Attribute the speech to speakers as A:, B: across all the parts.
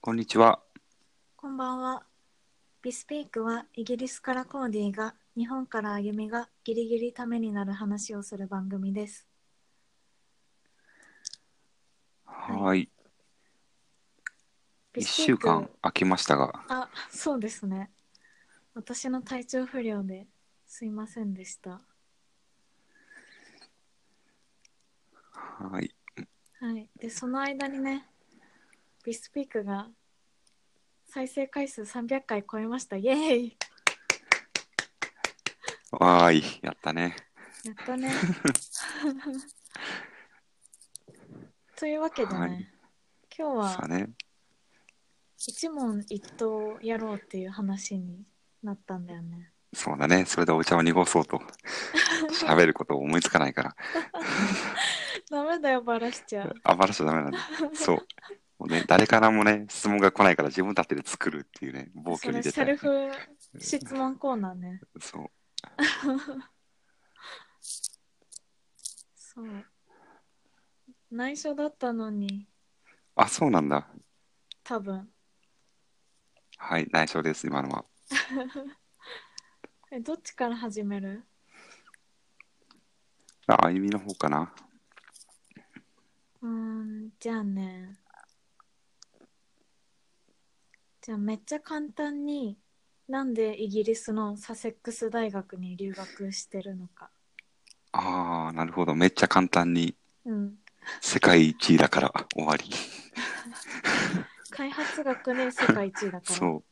A: こんにちは。
B: こんばんは。ビスピークはイギリスからコーディが日本から歩みがギリギリためになる話をする番組です。い
A: はい。
B: ビ
A: 一
B: スピー
A: 週
B: ク
A: 間空きましたが、
B: あ、そうですね。私の体調不良ですいませんでした。
A: はい。
B: はい。で、その間にね、ビスピークが再生回数300回超えました。イエーイ
A: わーい、やったね。
B: やっ たね。というわけでね、
A: はい
B: 今日
A: さあ
B: は
A: ね。
B: 一問一答やろうっていう話になったんだよね。
A: そうだね。それでお茶を濁そう と。喋ることを思いつかないから。
B: ダメだよ、バラしちゃう。
A: あばらしちゃダメなんだ。そう。もうね、誰からもね、質問が来ないから自分たちで作るっていうね、暴
B: そ
A: 挙に
B: れ
A: 出
B: セ
A: た
B: ル
A: よね。
B: フ質問コーナーね。
A: そう。
B: そう。内緒だったのに、
A: あ、そうなんだ。
B: 多分。
A: はい、内緒です、今のは。
B: え、どっちから始める
A: あ、あゆみの方かな。
B: うーん、じゃあね。じゃあめっちゃ簡単に、なんでイギリスのサセックス大学に留学してるのか。
A: あー、なるほど。めっちゃ簡単に、
B: うん。
A: 世界一位だから終わり。
B: 開発学で世界一位だから。
A: そう。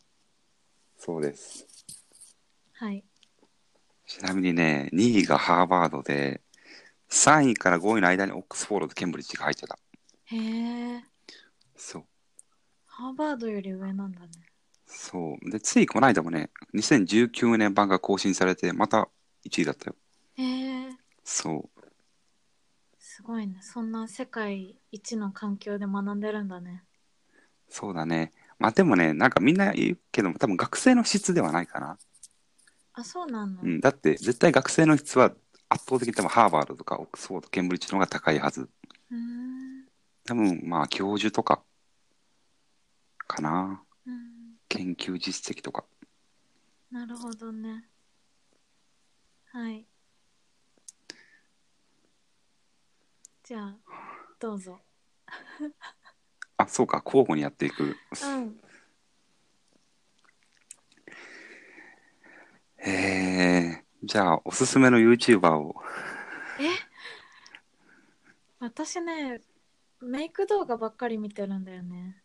A: そうです。
B: はい。
A: ちなみにね、2位がハーバードで、3位から5位の間にオックスフォードとケンブリッジが入ってた。
B: へえ。
A: そう。
B: ハーバードより上なんだね。
A: そう。で、ついこの間もね、2019年版が更新されて、また1位だったよ。
B: へえ。
A: そう。
B: すごいね。そんな世界一の環境で学んでるんだね。
A: そうだね。まあでもね、なんかみんな言うけども、多分学生の質ではないかな。
B: あ、そうなの。
A: うん。だって、絶対学生の質は圧倒的に多分ハーバードとかオックスフォード、ケンブリッジの方が高いはず。
B: うーん。
A: 多分、まあ、教授とか、かな。
B: うん
A: 研究実績とか。
B: なるほどね。はい。じゃあ、どうぞ。
A: あ、そうか、交互にやっていく。
B: うん。
A: えー、じゃあ、おすすめの YouTuber を。
B: え私ね、メイク動画ばっかり見てるんだよね。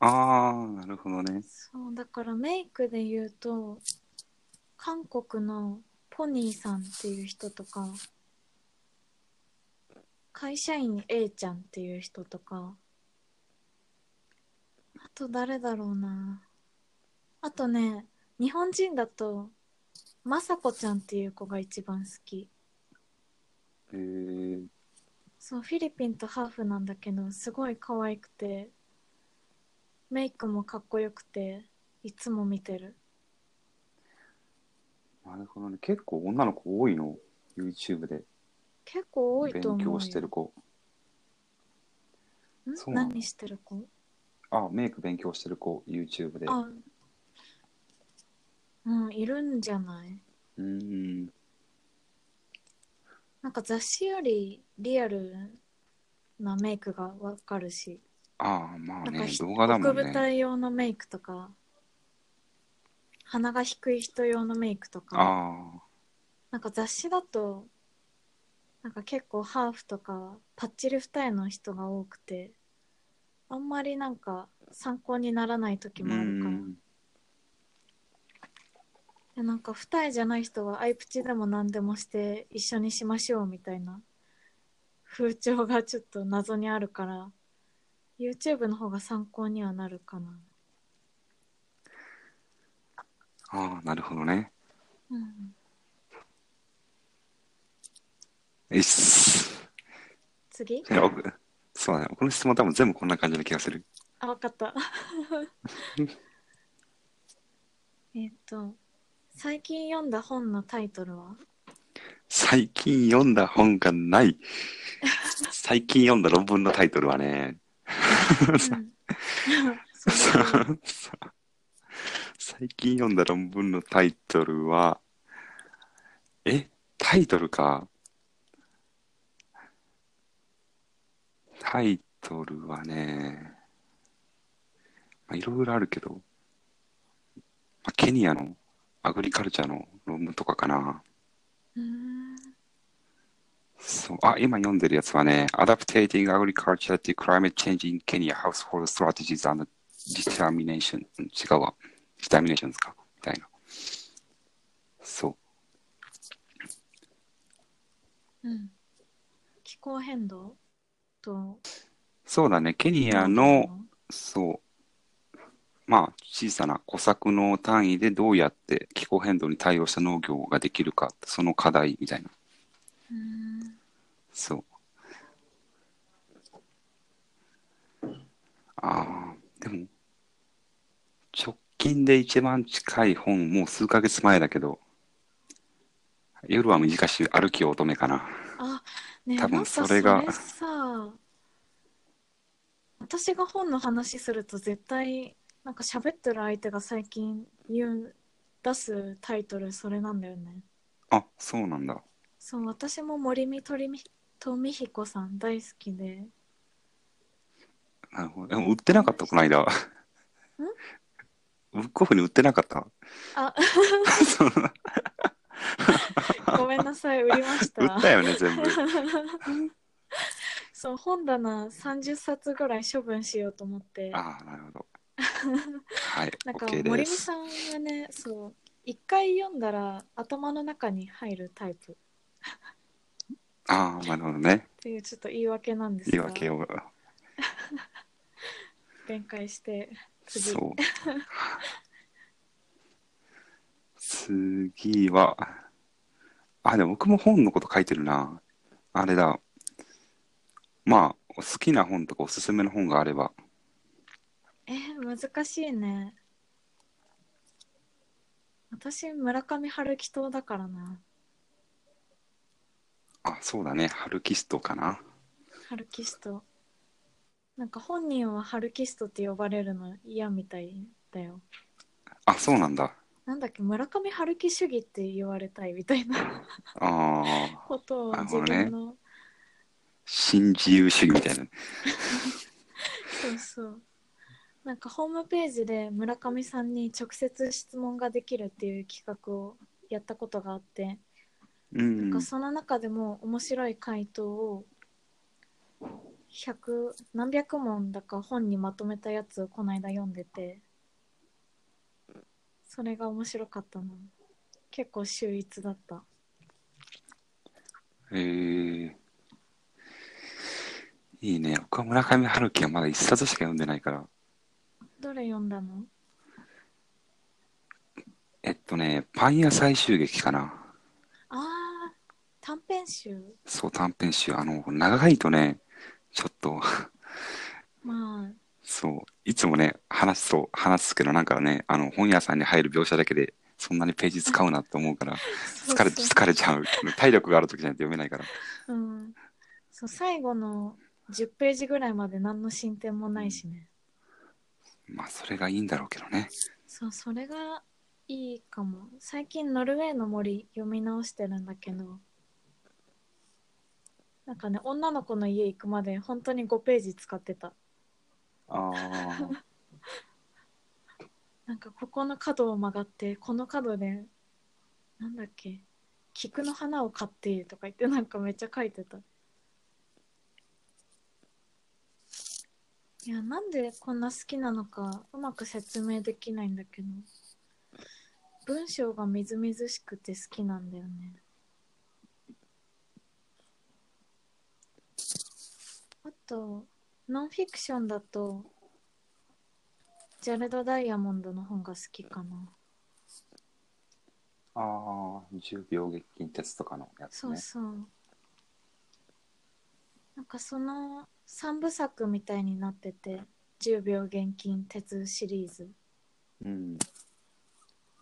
A: あー、なるほどね。
B: そう、だからメイクで言うと、韓国のポニーさんっていう人とか、会社員 A ちゃんっていう人とか、あと誰だろうな。あとね、日本人だと、まさこちゃんっていう子が一番好き。
A: えー、
B: そう、フィリピンとハーフなんだけど、すごい可愛くて、メイクもかっこよくて、いつも見てる。
A: なるほどね。結構女の子多いの。YouTube で
B: 結構多いと
A: 勉
B: 思う
A: 強
B: よ。
A: してる子。
B: ん
A: そうなの
B: 何してる子
A: あ、メイク勉強してる子、YouTube で。
B: あうんいるんじゃないう
A: ーん。
B: なんか雑誌よりリアルなメイクがわかるし、
A: あー、まあ
B: なんか
A: ね、
B: ひ
A: 動画だも
B: 奥
A: んね
B: 舞。台用のメイクとか鼻が低い人用のメイクとか
A: あ
B: なんか雑誌だとなんか結構ハーフとかパッチリ二重の人が多くてあんまりなんか参考にならない時
A: ー、う
B: もある
A: ー
B: から。
A: ん。
B: でなんか二重じゃない人はアイプチでも何でもして一緒にしましょうみたいな風潮がちょっと謎にあるから YouTube の方が参考にはなるかな、
A: あー、なるほどね。
B: うん、
A: よし。
B: 次
A: じゃあ奥そうだね。この質問多分全部こんな感じの気がする。
B: あ分かった えっと最近読んだ本のタイトルは
A: 最近 読んだ本がない。最近読んだ論文のタイトルはね、
B: うん、そう そう
A: さ最近読んだ論文のタイトルは、え、タイトルか。タイトルはね、まあ、いろいろあるけど、まあ、ケニアのアグリカルチャーの論文とかかな。
B: うーん
A: そう、あ、今読んでるやつはね、Adaptating Agriculture to Climate Change in Kenya Household Strategies and Determination。うん違うわ。Determination ですかみたいな。そう。
B: うん、気候変動と
A: そうだね。ケニアの、そう、まあ、小さな小作の単位でどうやって気候変動に対応した農業ができるか、その課題みたいな。
B: うーん
A: そう。ああ、でも、直近で一番近い本、もう数ヶ月前だけど、夜は短し歩き乙女かな。
B: あねえ
A: 多分
B: なんか
A: そ
B: そ
A: れ
B: れ
A: が
B: さ私が本の話すると絶対なんか喋ってる相手が最近言う出すタイトルそれなんだよね
A: あ、そうなんだ。
B: そう私も森見とりみ富彦さん大好きで
A: なるほど。でも売ってなかった、この間。ブックオフに売ってなかった。
B: あ
A: そう売
B: ごめんなさい売りました
A: ったよね、全部。
B: そう本棚30冊ぐらい処分しようと思って
A: ああ、なるほど。はい、
B: なんか
A: OK で
B: 森美
A: す。
B: さんはねそう一回読んだら頭の中に入るタイプっ
A: ああ、なるほどね。
B: ていうちょっと言い訳なんです
A: 言い
B: が
A: 訳を。
B: 弁解して次
A: そう。次は、あ、でも僕も本のこと書いてるな。あれだ。まあ、好きな本とかおすすめの本があれば。
B: えー難しいね私村上春樹党だからな
A: あ、そうだね。春キストかな。
B: 春キストなんか本人は春キストって呼ばれるの嫌みたいだよ
A: あ、そうなんだ。
B: なんだっけ村上春樹主義って言われたいみたいな
A: ああ、
B: ことを
A: なる
B: 自
A: ほどね
B: 分の
A: 新自由主義みたいな。
B: そうそう。なんかホームページで村上さんに直接質問ができるっていう企画をやったことがあって、
A: う
B: なん
A: ん
B: か。その中でも面白い回答を100何百問だか本にまとめたやつをこの間読んでて、それが面白かったな。結構秀逸だった。
A: えー、いいね。僕は村上春樹はまだ一冊しか読んでないから。
B: どれ読んだの
A: えっとね、パン屋最終劇かな。
B: ああ、短編集。
A: そう、短編集。あの、長いとね、ちょっと、
B: まあ、
A: そう、いつもね、話すと、話すけど、なんかね、あの、本屋さんに入る描写だけで、そんなにページ使うなと思うから、
B: そう
A: 疲れ、
B: そう
A: 疲れちゃう。体力がある時じゃないと読めないから。
B: うん、そう最後の10ページぐらいまで何の進展もないしね、
A: まあ、それがいいんだろうけどね。
B: そうそれがいいかも最近「ノルウェーの森」読み直してるんだけどなんかね女の子の家行くまで本当に5ページ使ってた
A: あ
B: なんかここの角を曲がってこの角でなんだっけ菊の花を買ってとか言ってなんかめっちゃ書いてたいやなんでこんな好きなのかうまく説明できないんだけど文章がみずみずしくて好きなんだよねあとノンフィクションだとジャルド・ダイヤモンドの本が好きかな
A: あ、ああ、10秒劇金鉄とかのや
B: そうそう。なんかその3部作みたいになってて10秒現金鉄シリーズ
A: うん。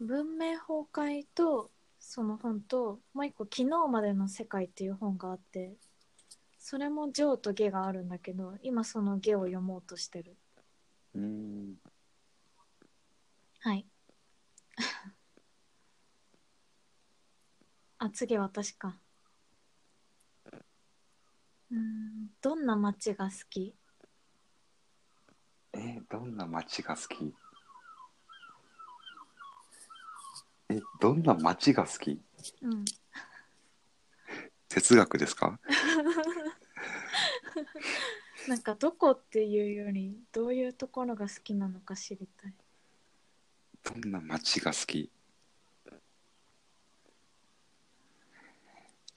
B: 文明崩壊とその本ともう一個「昨日までの世界」っていう本があってそれも「行」と「下」があるんだけど今その「下」を読もうとしてる
A: うん。
B: はい。 あ、次私か。うーん、どんな街が好き
A: えーどんな街が好きえ、どんな街が好き
B: うん。
A: 哲学ですか
B: なんかどこっていうより、どういうところが好きなのか知りたい。
A: どんな街が好き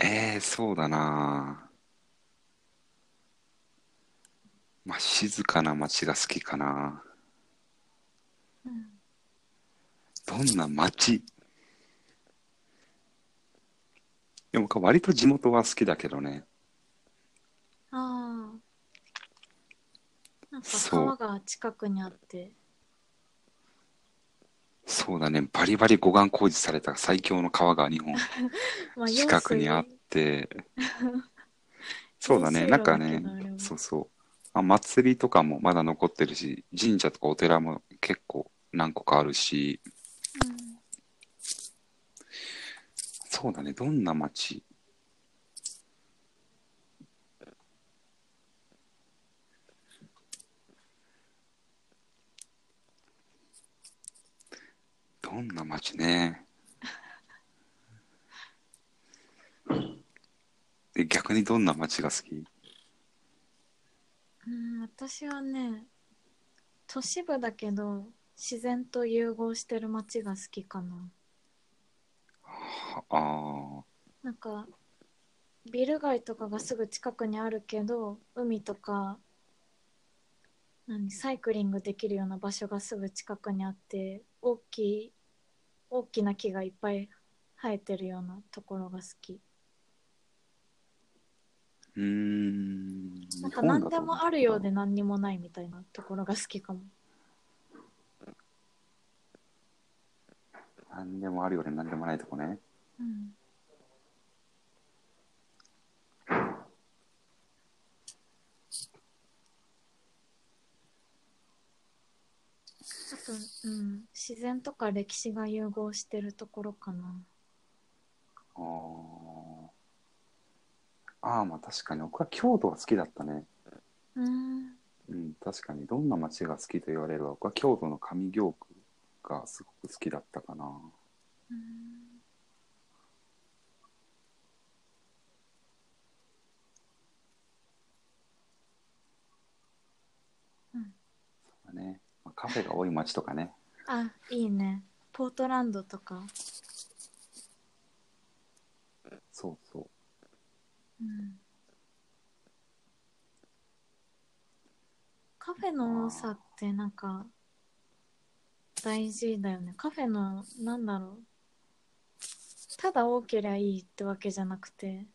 A: えー、そうだなまあ静かな街が好きかな
B: うん。
A: どんな街でも割と地元は好きだけどね
B: ああ。なんか
A: そう
B: 川が近くにあって、
A: そうだねバリバリ護岸工事された最強の川が日本
B: ま
A: 近くにあっ
B: 用水
A: てそうだね
B: 用水
A: な
B: 路
A: んか
B: だ
A: ね
B: けどあれは
A: そうそうあ祭りとかもまだ残ってるし神社とかお寺も結構何個かあるしそうだねどんな街どんな街ねで逆にどんな街が好き
B: うん、うん、私はね、都市部だけど、自然と融合してる街が好きかな。
A: はあ
B: なんかビル街とかがすぐ近くにあるけど海とか何サイクリングできるような場所がすぐ近くにあって大きい大きな木がいっぱい生えてるようなところが好き
A: ーうーん
B: なん
A: 日本だ
B: か何
A: と
B: でもあるようで何にもないみたいなところが好きかも
A: 何でもあるようで何でもないとこね
B: うんあと、うん、自然とか歴史が融合してるところかな。
A: あーあーまあ確かに僕は京都が好きだったね
B: うん。
A: うん確かにどんな街が好きと言われれば僕は京都の上京区がすごく好きだったかな
B: うん
A: ね、まあ、カフェが多い街とかね
B: あ、いいね。ポートランドとか。
A: そうそう
B: うんカフェの多さってなんか大事だよねカフェのなんだろうただ多けりゃいいってわけじゃなくて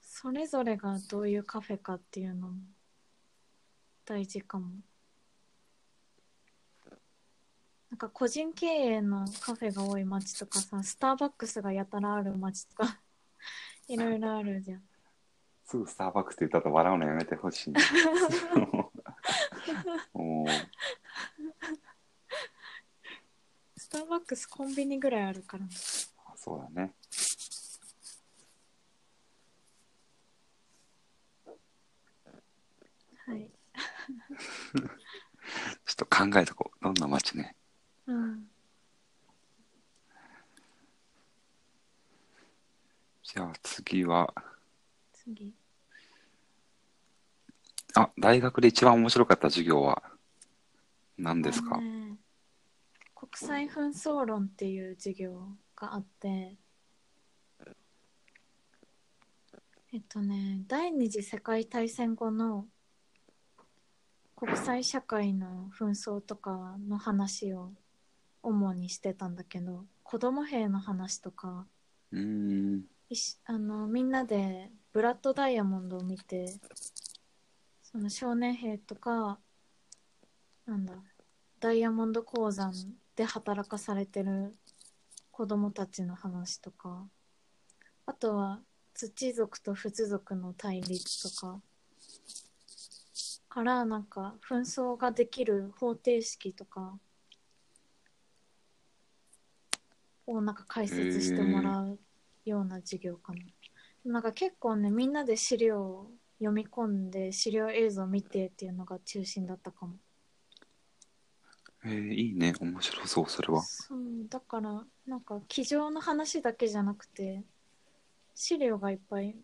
B: それぞれがどういうカフェかっていうのも大事かもなんか個人経営のカフェが多い街とかさスターバックスがやたらある街とかいろいろあるじゃん
A: すぐスターバックスって言ったら笑うのやめてほしいな もう
B: スターバックスコンビニぐらいあるからね
A: そうだね
B: はい、
A: ちょっと考えとこうどんな街ね
B: うん、
A: じゃあ次は
B: 次
A: あ大学で一番面白かった授業は何ですか、
B: あのね国際紛争論っていう授業があってえっとね第二次世界大戦後の国際社会の紛争とかの話を主にしてたんだけど子供兵の話とか
A: うーん
B: いしあのみんなでブラッドダイヤモンドを見てその少年兵とかなんだダイヤモンド鉱山で働かされてる子供たちの話とかあとは土族と仏族の対立とかからなんか紛争ができる方程式とかをなんか解説してもらうような授業かな。なんか結構ねみんなで資料を読み込んで資料映像を見てっていうのが中心だったかも。
A: えーいいね。面白そう、それは。
B: そうだからなんか机上の話だけじゃなくて資料がいっぱい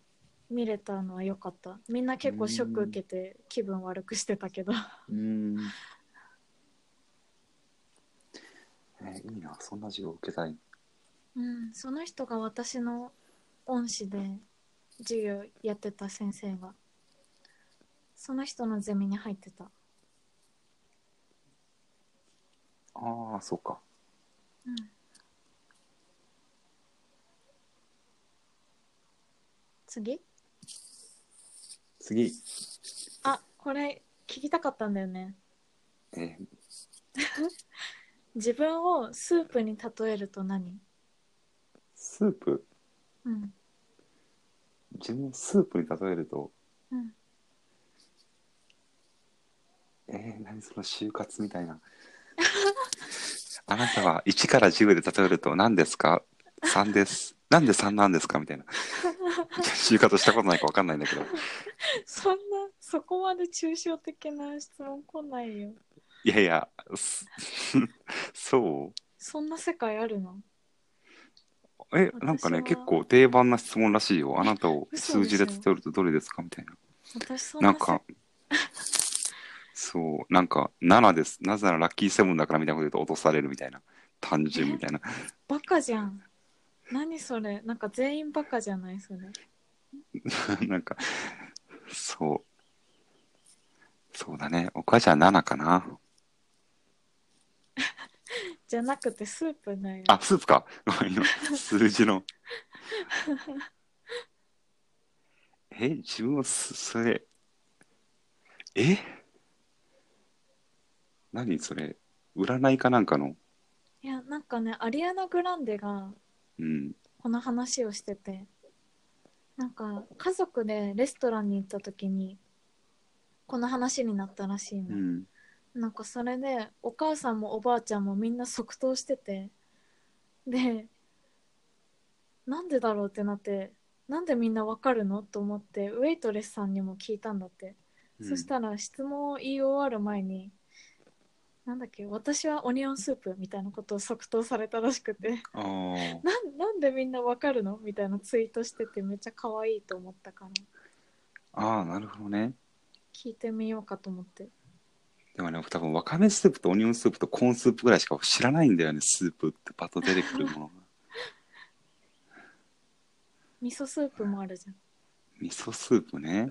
B: 見れたのは良かったみんな結構ショック受けて気分悪くしてたけど
A: うん。えーいいな。そんな授業受けたい。
B: うんその人が私の恩師で授業やってた先生がその人のゼミに入ってた、
A: ああ、そうか。
B: うん、次
A: 次。
B: あこれ聞きたかったんだよね
A: えー
B: 自分をスープに例えると何
A: スープ。
B: うん
A: 自分をスープに例えると、
B: うん
A: えー、何その就活みたいな。 あなたは1から10で例えると何ですか ?3 です。なんで3なんですかみ たいな。就活したことないか分かんないんだけど。
B: そんなそこまで抽象的な質問来ないよ
A: いやいや、す そ
B: そんな世界あるの
A: うえ、なんかね、
B: 私は
A: 結構定番な質問らしいよ。あなたを
B: 嘘
A: 数
B: でし
A: 字で
B: ょ
A: 例えるとどれですかみたいな。
B: 私そんな
A: な
B: 世
A: んか、そう、なんか7です。なぜならラッキーセブンだからみたいなこと言うと落とされるみたいな。単純みたいな。
B: バカじゃん何それなんか全員バカじゃないそれ
A: なんか、そう。そうだね。お母ちゃん7かな。
B: じゃなくてスープだよ
A: あ、スープか。ごめん今、数字の。 え、自分はす、それ。え何それ。占いかなんかの。
B: いやなんかねアリアナ・グランデが
A: うん。
B: この話をしててなんか家族でレストランに行った時にこの話になったらしいの、
A: うん。
B: なんかそれでお母さんもおばあちゃんもみんな即答しててでなんでだろうってなってなんでみんなわかるのと思ってウェイトレスさんにも聞いたんだって、そし
A: ら。
B: たら質問を言い終わる前になんだっけ私はオニオンスープみたいなことを即答されたらしくて
A: あー
B: なんなんでみんなわかるのみたいなツイートしててめっちゃ可愛いと思ったから
A: あー、なるほどね。
B: 聞いてみようかと思って
A: でもね、多分わかめスープとオニオンスープとコーンスープぐらいしか知らないんだよね、スープってパッと出てくるものが。
B: 味噌スープもあるじゃん
A: 味噌スープね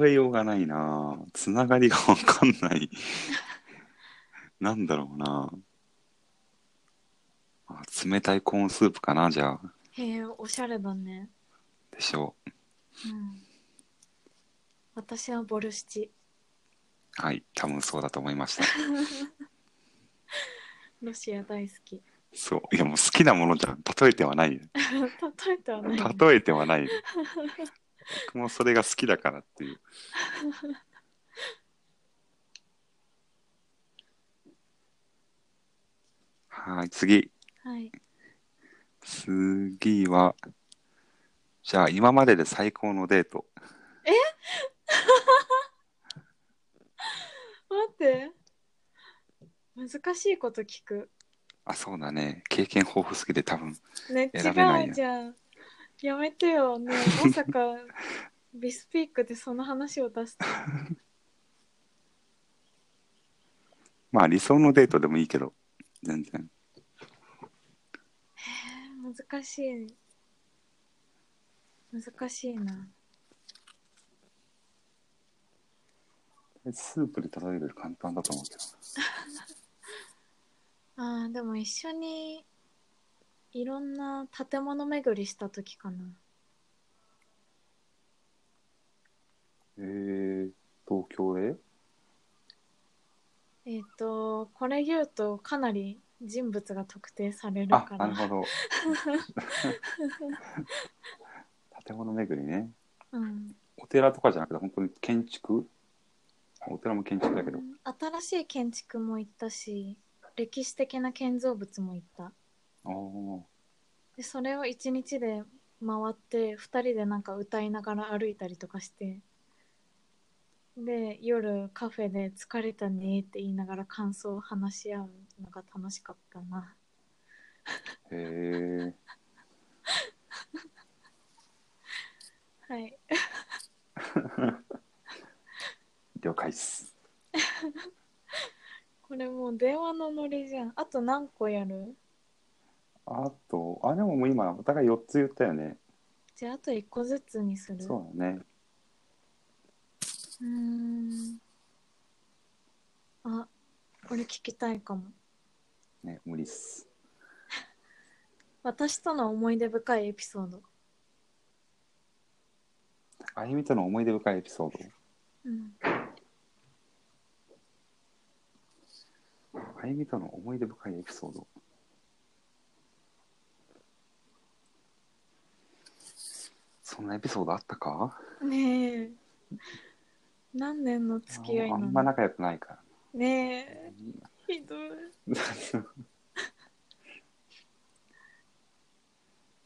A: 例えようがないなつながりが分かんない なんだろうなあ冷たいコーンスープかなじゃあ
B: へえおしゃれだね
A: でしょう
B: うん私はボルシチ
A: はい多分そうだと思いました
B: ロシア大好き
A: そういやもう好きなものじゃん例えてはない
B: 例えてはないね
A: 例えては ない僕もそれが好きだからっていうはい次
B: はい
A: 次は、じゃあ今までで最高のデート。
B: 待って難しいこと聞く
A: あ、そうだね。経験豊富すぎて多分。
B: ね違
A: 選べないうよ
B: じゃんやめて よねえまさかビスピークでその話を出すと
A: まあ理想のデートでもいいけど、全然。
B: 難しい難しいな
A: スープで例えるより簡単だと思うけど。
B: あーでも一緒にいろんな建物巡りした時かな
A: えー、東京へ
B: えっ、とこれ言うとかなり人物が特定される
A: あ
B: か、
A: なる
B: ら、
A: ほ ど。建物巡りね。
B: うん、
A: お寺とかじゃなくて、本当に建築お寺も建築だけど。
B: 新しい建築も行ったし歴史的な建造物も行った
A: おー
B: でそれを1日で回って2人でなんか歌いながら歩いたりとかしてで夜カフェで「疲れたね」って言いながら感想を話し合うのが楽しかったな
A: へえ。
B: はい
A: 了解っす。
B: これもう電話のノリじゃんあと何個やる
A: あと、あ、でももう今、お互い4つ言ったよね。
B: じゃああと1個ずつにする
A: そうだね。
B: うーんあこれ聞きたいかも
A: ね、無理っす。
B: 私との思い出深いエピソード、
A: あゆみとの思い出深いエピソー
B: うん、
A: ド。あゆみとの思い出深いエピソード。そんなエピソードあったか
B: ねえ何年の付き合い
A: あ
B: なの
A: んま仲良くないから。
B: ねえひどい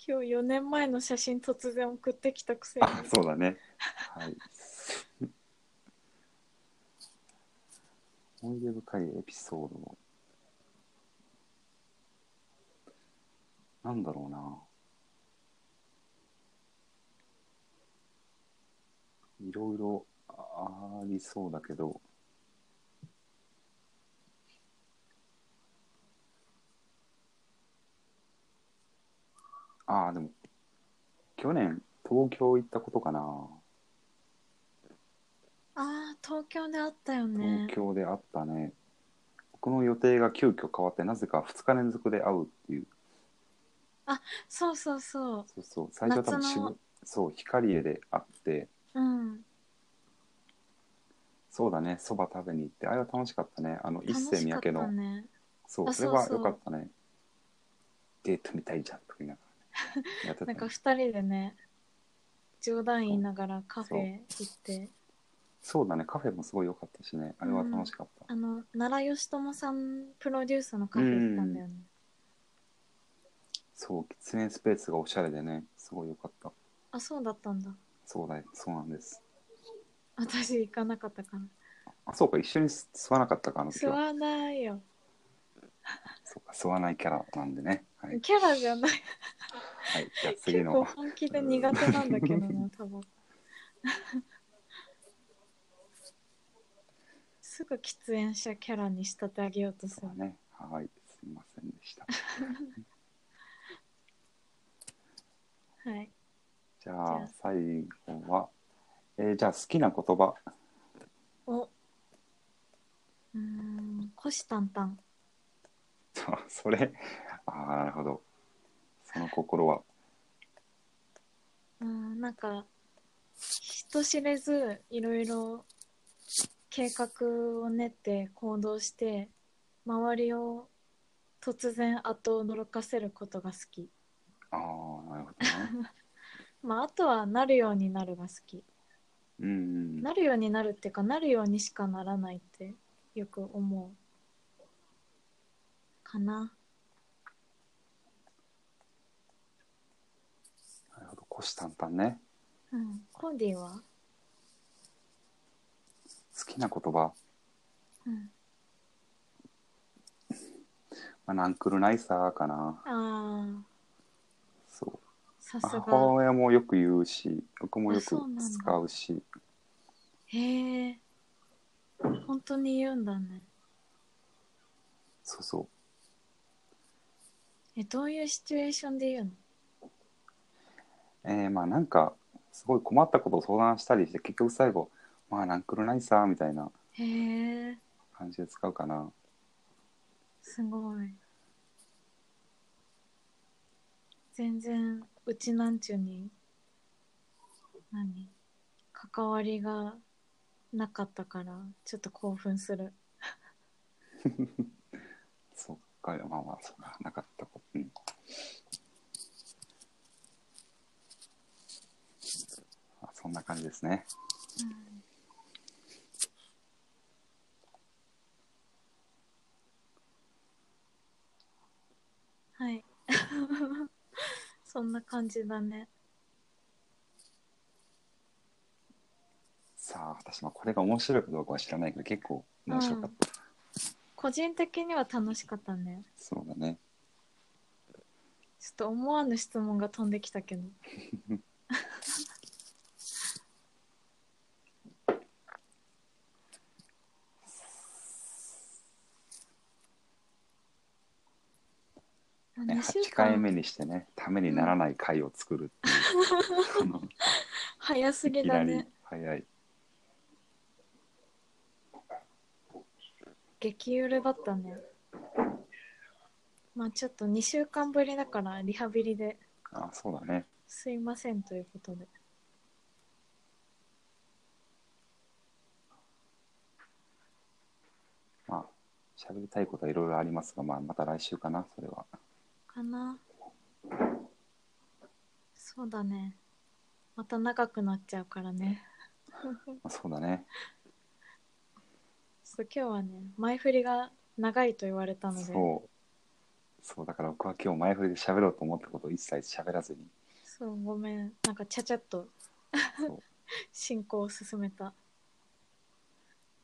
B: 今日4年前の写真突然送ってきたくせ に
A: あ、そうだね。はい。思い出深いエピソードも。なんだろうな。いろいろありそうだけど。ああ、でも、去年、東京行ったことかな。
B: あー東京であったよね
A: 東京であったね僕の予定が急遽変わってなぜか2日連続で会うっていう
B: そうそうそ
A: そうそう最初は多分
B: 夏の
A: 渋そう光栄で会って
B: ううん
A: そうだねそば食べに行ってあれは楽しかったねあの一
B: 楽
A: 世
B: し
A: 三
B: かった
A: 宅の、
B: ね
A: そう
B: あ
A: それ
B: そう
A: は
B: そう
A: 良かったねデートみたいじゃんとか言いながら、ね、やってた
B: なんか
A: ね
B: 2人でね冗談言いながらカフェ行って
A: そうだねカフェもすごい良かったしねあれは楽しかった、
B: あの奈良義朝さんプロデュースのカフェ行ったんだよね
A: そう喫煙スペースがおしゃれでねすごい良かった
B: あそうだったんだ
A: そうだねそうなんです
B: 私行かなかったから
A: あそうか一緒に吸吸わなかったかあの時
B: 吸
A: は
B: わないよ
A: そうか吸わないキャラなんでねはい
B: キャラじゃない
A: はい、 じゃあ 次
B: 結構
A: の。
B: 本気で苦手なんだけど なタバコ すぐ喫煙者キャラに仕立て上げようとす
A: そう
B: る
A: だね。はい、すみませんで した。
B: はい
A: じ
B: じ
A: ゃ
B: ゃあ
A: あ、最後は。えーじゃあ、好きな言葉。
B: おうーん虎視眈々
A: そうそれ。ああ、なるほど。その心は。
B: うーんなんか人知れずいろいろ計画を練って行動して周りを突然後驚かせることが好き
A: ああ、なるほ どね。
B: まああとはなるようになるが好き
A: うん。
B: なるようになるっていうかなるようにしかならないってよく思うかな
A: なるほど。虎視眈々ね。
B: うんコーディは、
A: 好きな言葉。
B: うん、
A: まあ、なんくるないさーかな。
B: あ
A: そう。
B: あさす
A: 母
B: が
A: 親もよく言うし、僕もよ
B: あ
A: く
B: そうなんだ
A: 使うし。
B: へえ本当に言うんだね
A: そうそう。
B: えどういうシチュエーションで言うの
A: えー、まあなんかすごい困ったことを相談したりして結局最後「まあなんくるないさ」みたいな
B: へえ
A: 感じで使うかな
B: すごい全然うちなんちゅに何関わりがなかったからちょっと興奮する
A: そっか、まあまあ、それはなかったこうん。まあそんな感じですね。
B: はい。 そんな感じだね。
A: さあ、私もこれが面白いかどうかは知らないけど、結構面白かった。
B: 個人的には楽しかったね。
A: そうだね。
B: ちょっと思わぬ質問が飛んできた けど。
A: ね
B: 2週
A: 8回目
B: 間
A: にしてね、ためにならない回を作る っていう。
B: 早すぎ
A: いき
B: だ
A: なり
B: ね。
A: 早い。
B: 激揺れだったね。まあちょっと2週間ぶりだからリハビリで
A: あ、そうだね。
B: すいませんということで。
A: まあ、喋りたいことはいろいろありますが、まあ、また来週かな、それは。
B: かな。そうだね。また長くなっちゃうからね。
A: まあ、そうだね。
B: そう今日はね、前振りが長いと言われたので、そう
A: そう。そう、だから僕は今日前振りで喋ろうと思ったことを一切喋らずに。
B: ごめん。なんかちゃちゃっと
A: そう
B: 進行を進めた。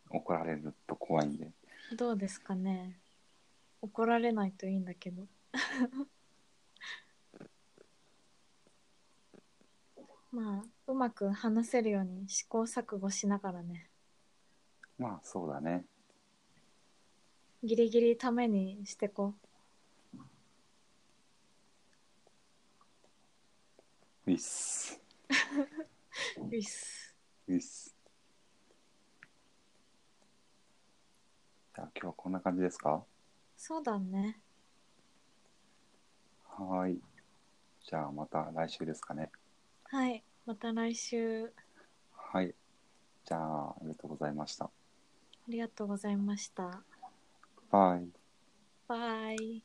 A: 怒られると怖いんで。
B: どうですかね。怒られないといいんだけど。 まあ、うまく話せるように試行錯誤しながらね、
A: まあ、そうだね。
B: ギリギリためにしてこ
A: ウィス。
B: う。ういっす。
A: ウィス。じゃあ今日はこんな感じですか
B: そうだね。
A: はーい。じゃあまた来週ですかね。
B: はい。また来週、あ
A: はい。じゃあ、ありがとうございました。
B: りがとうございました。
A: バイ。
B: バイ。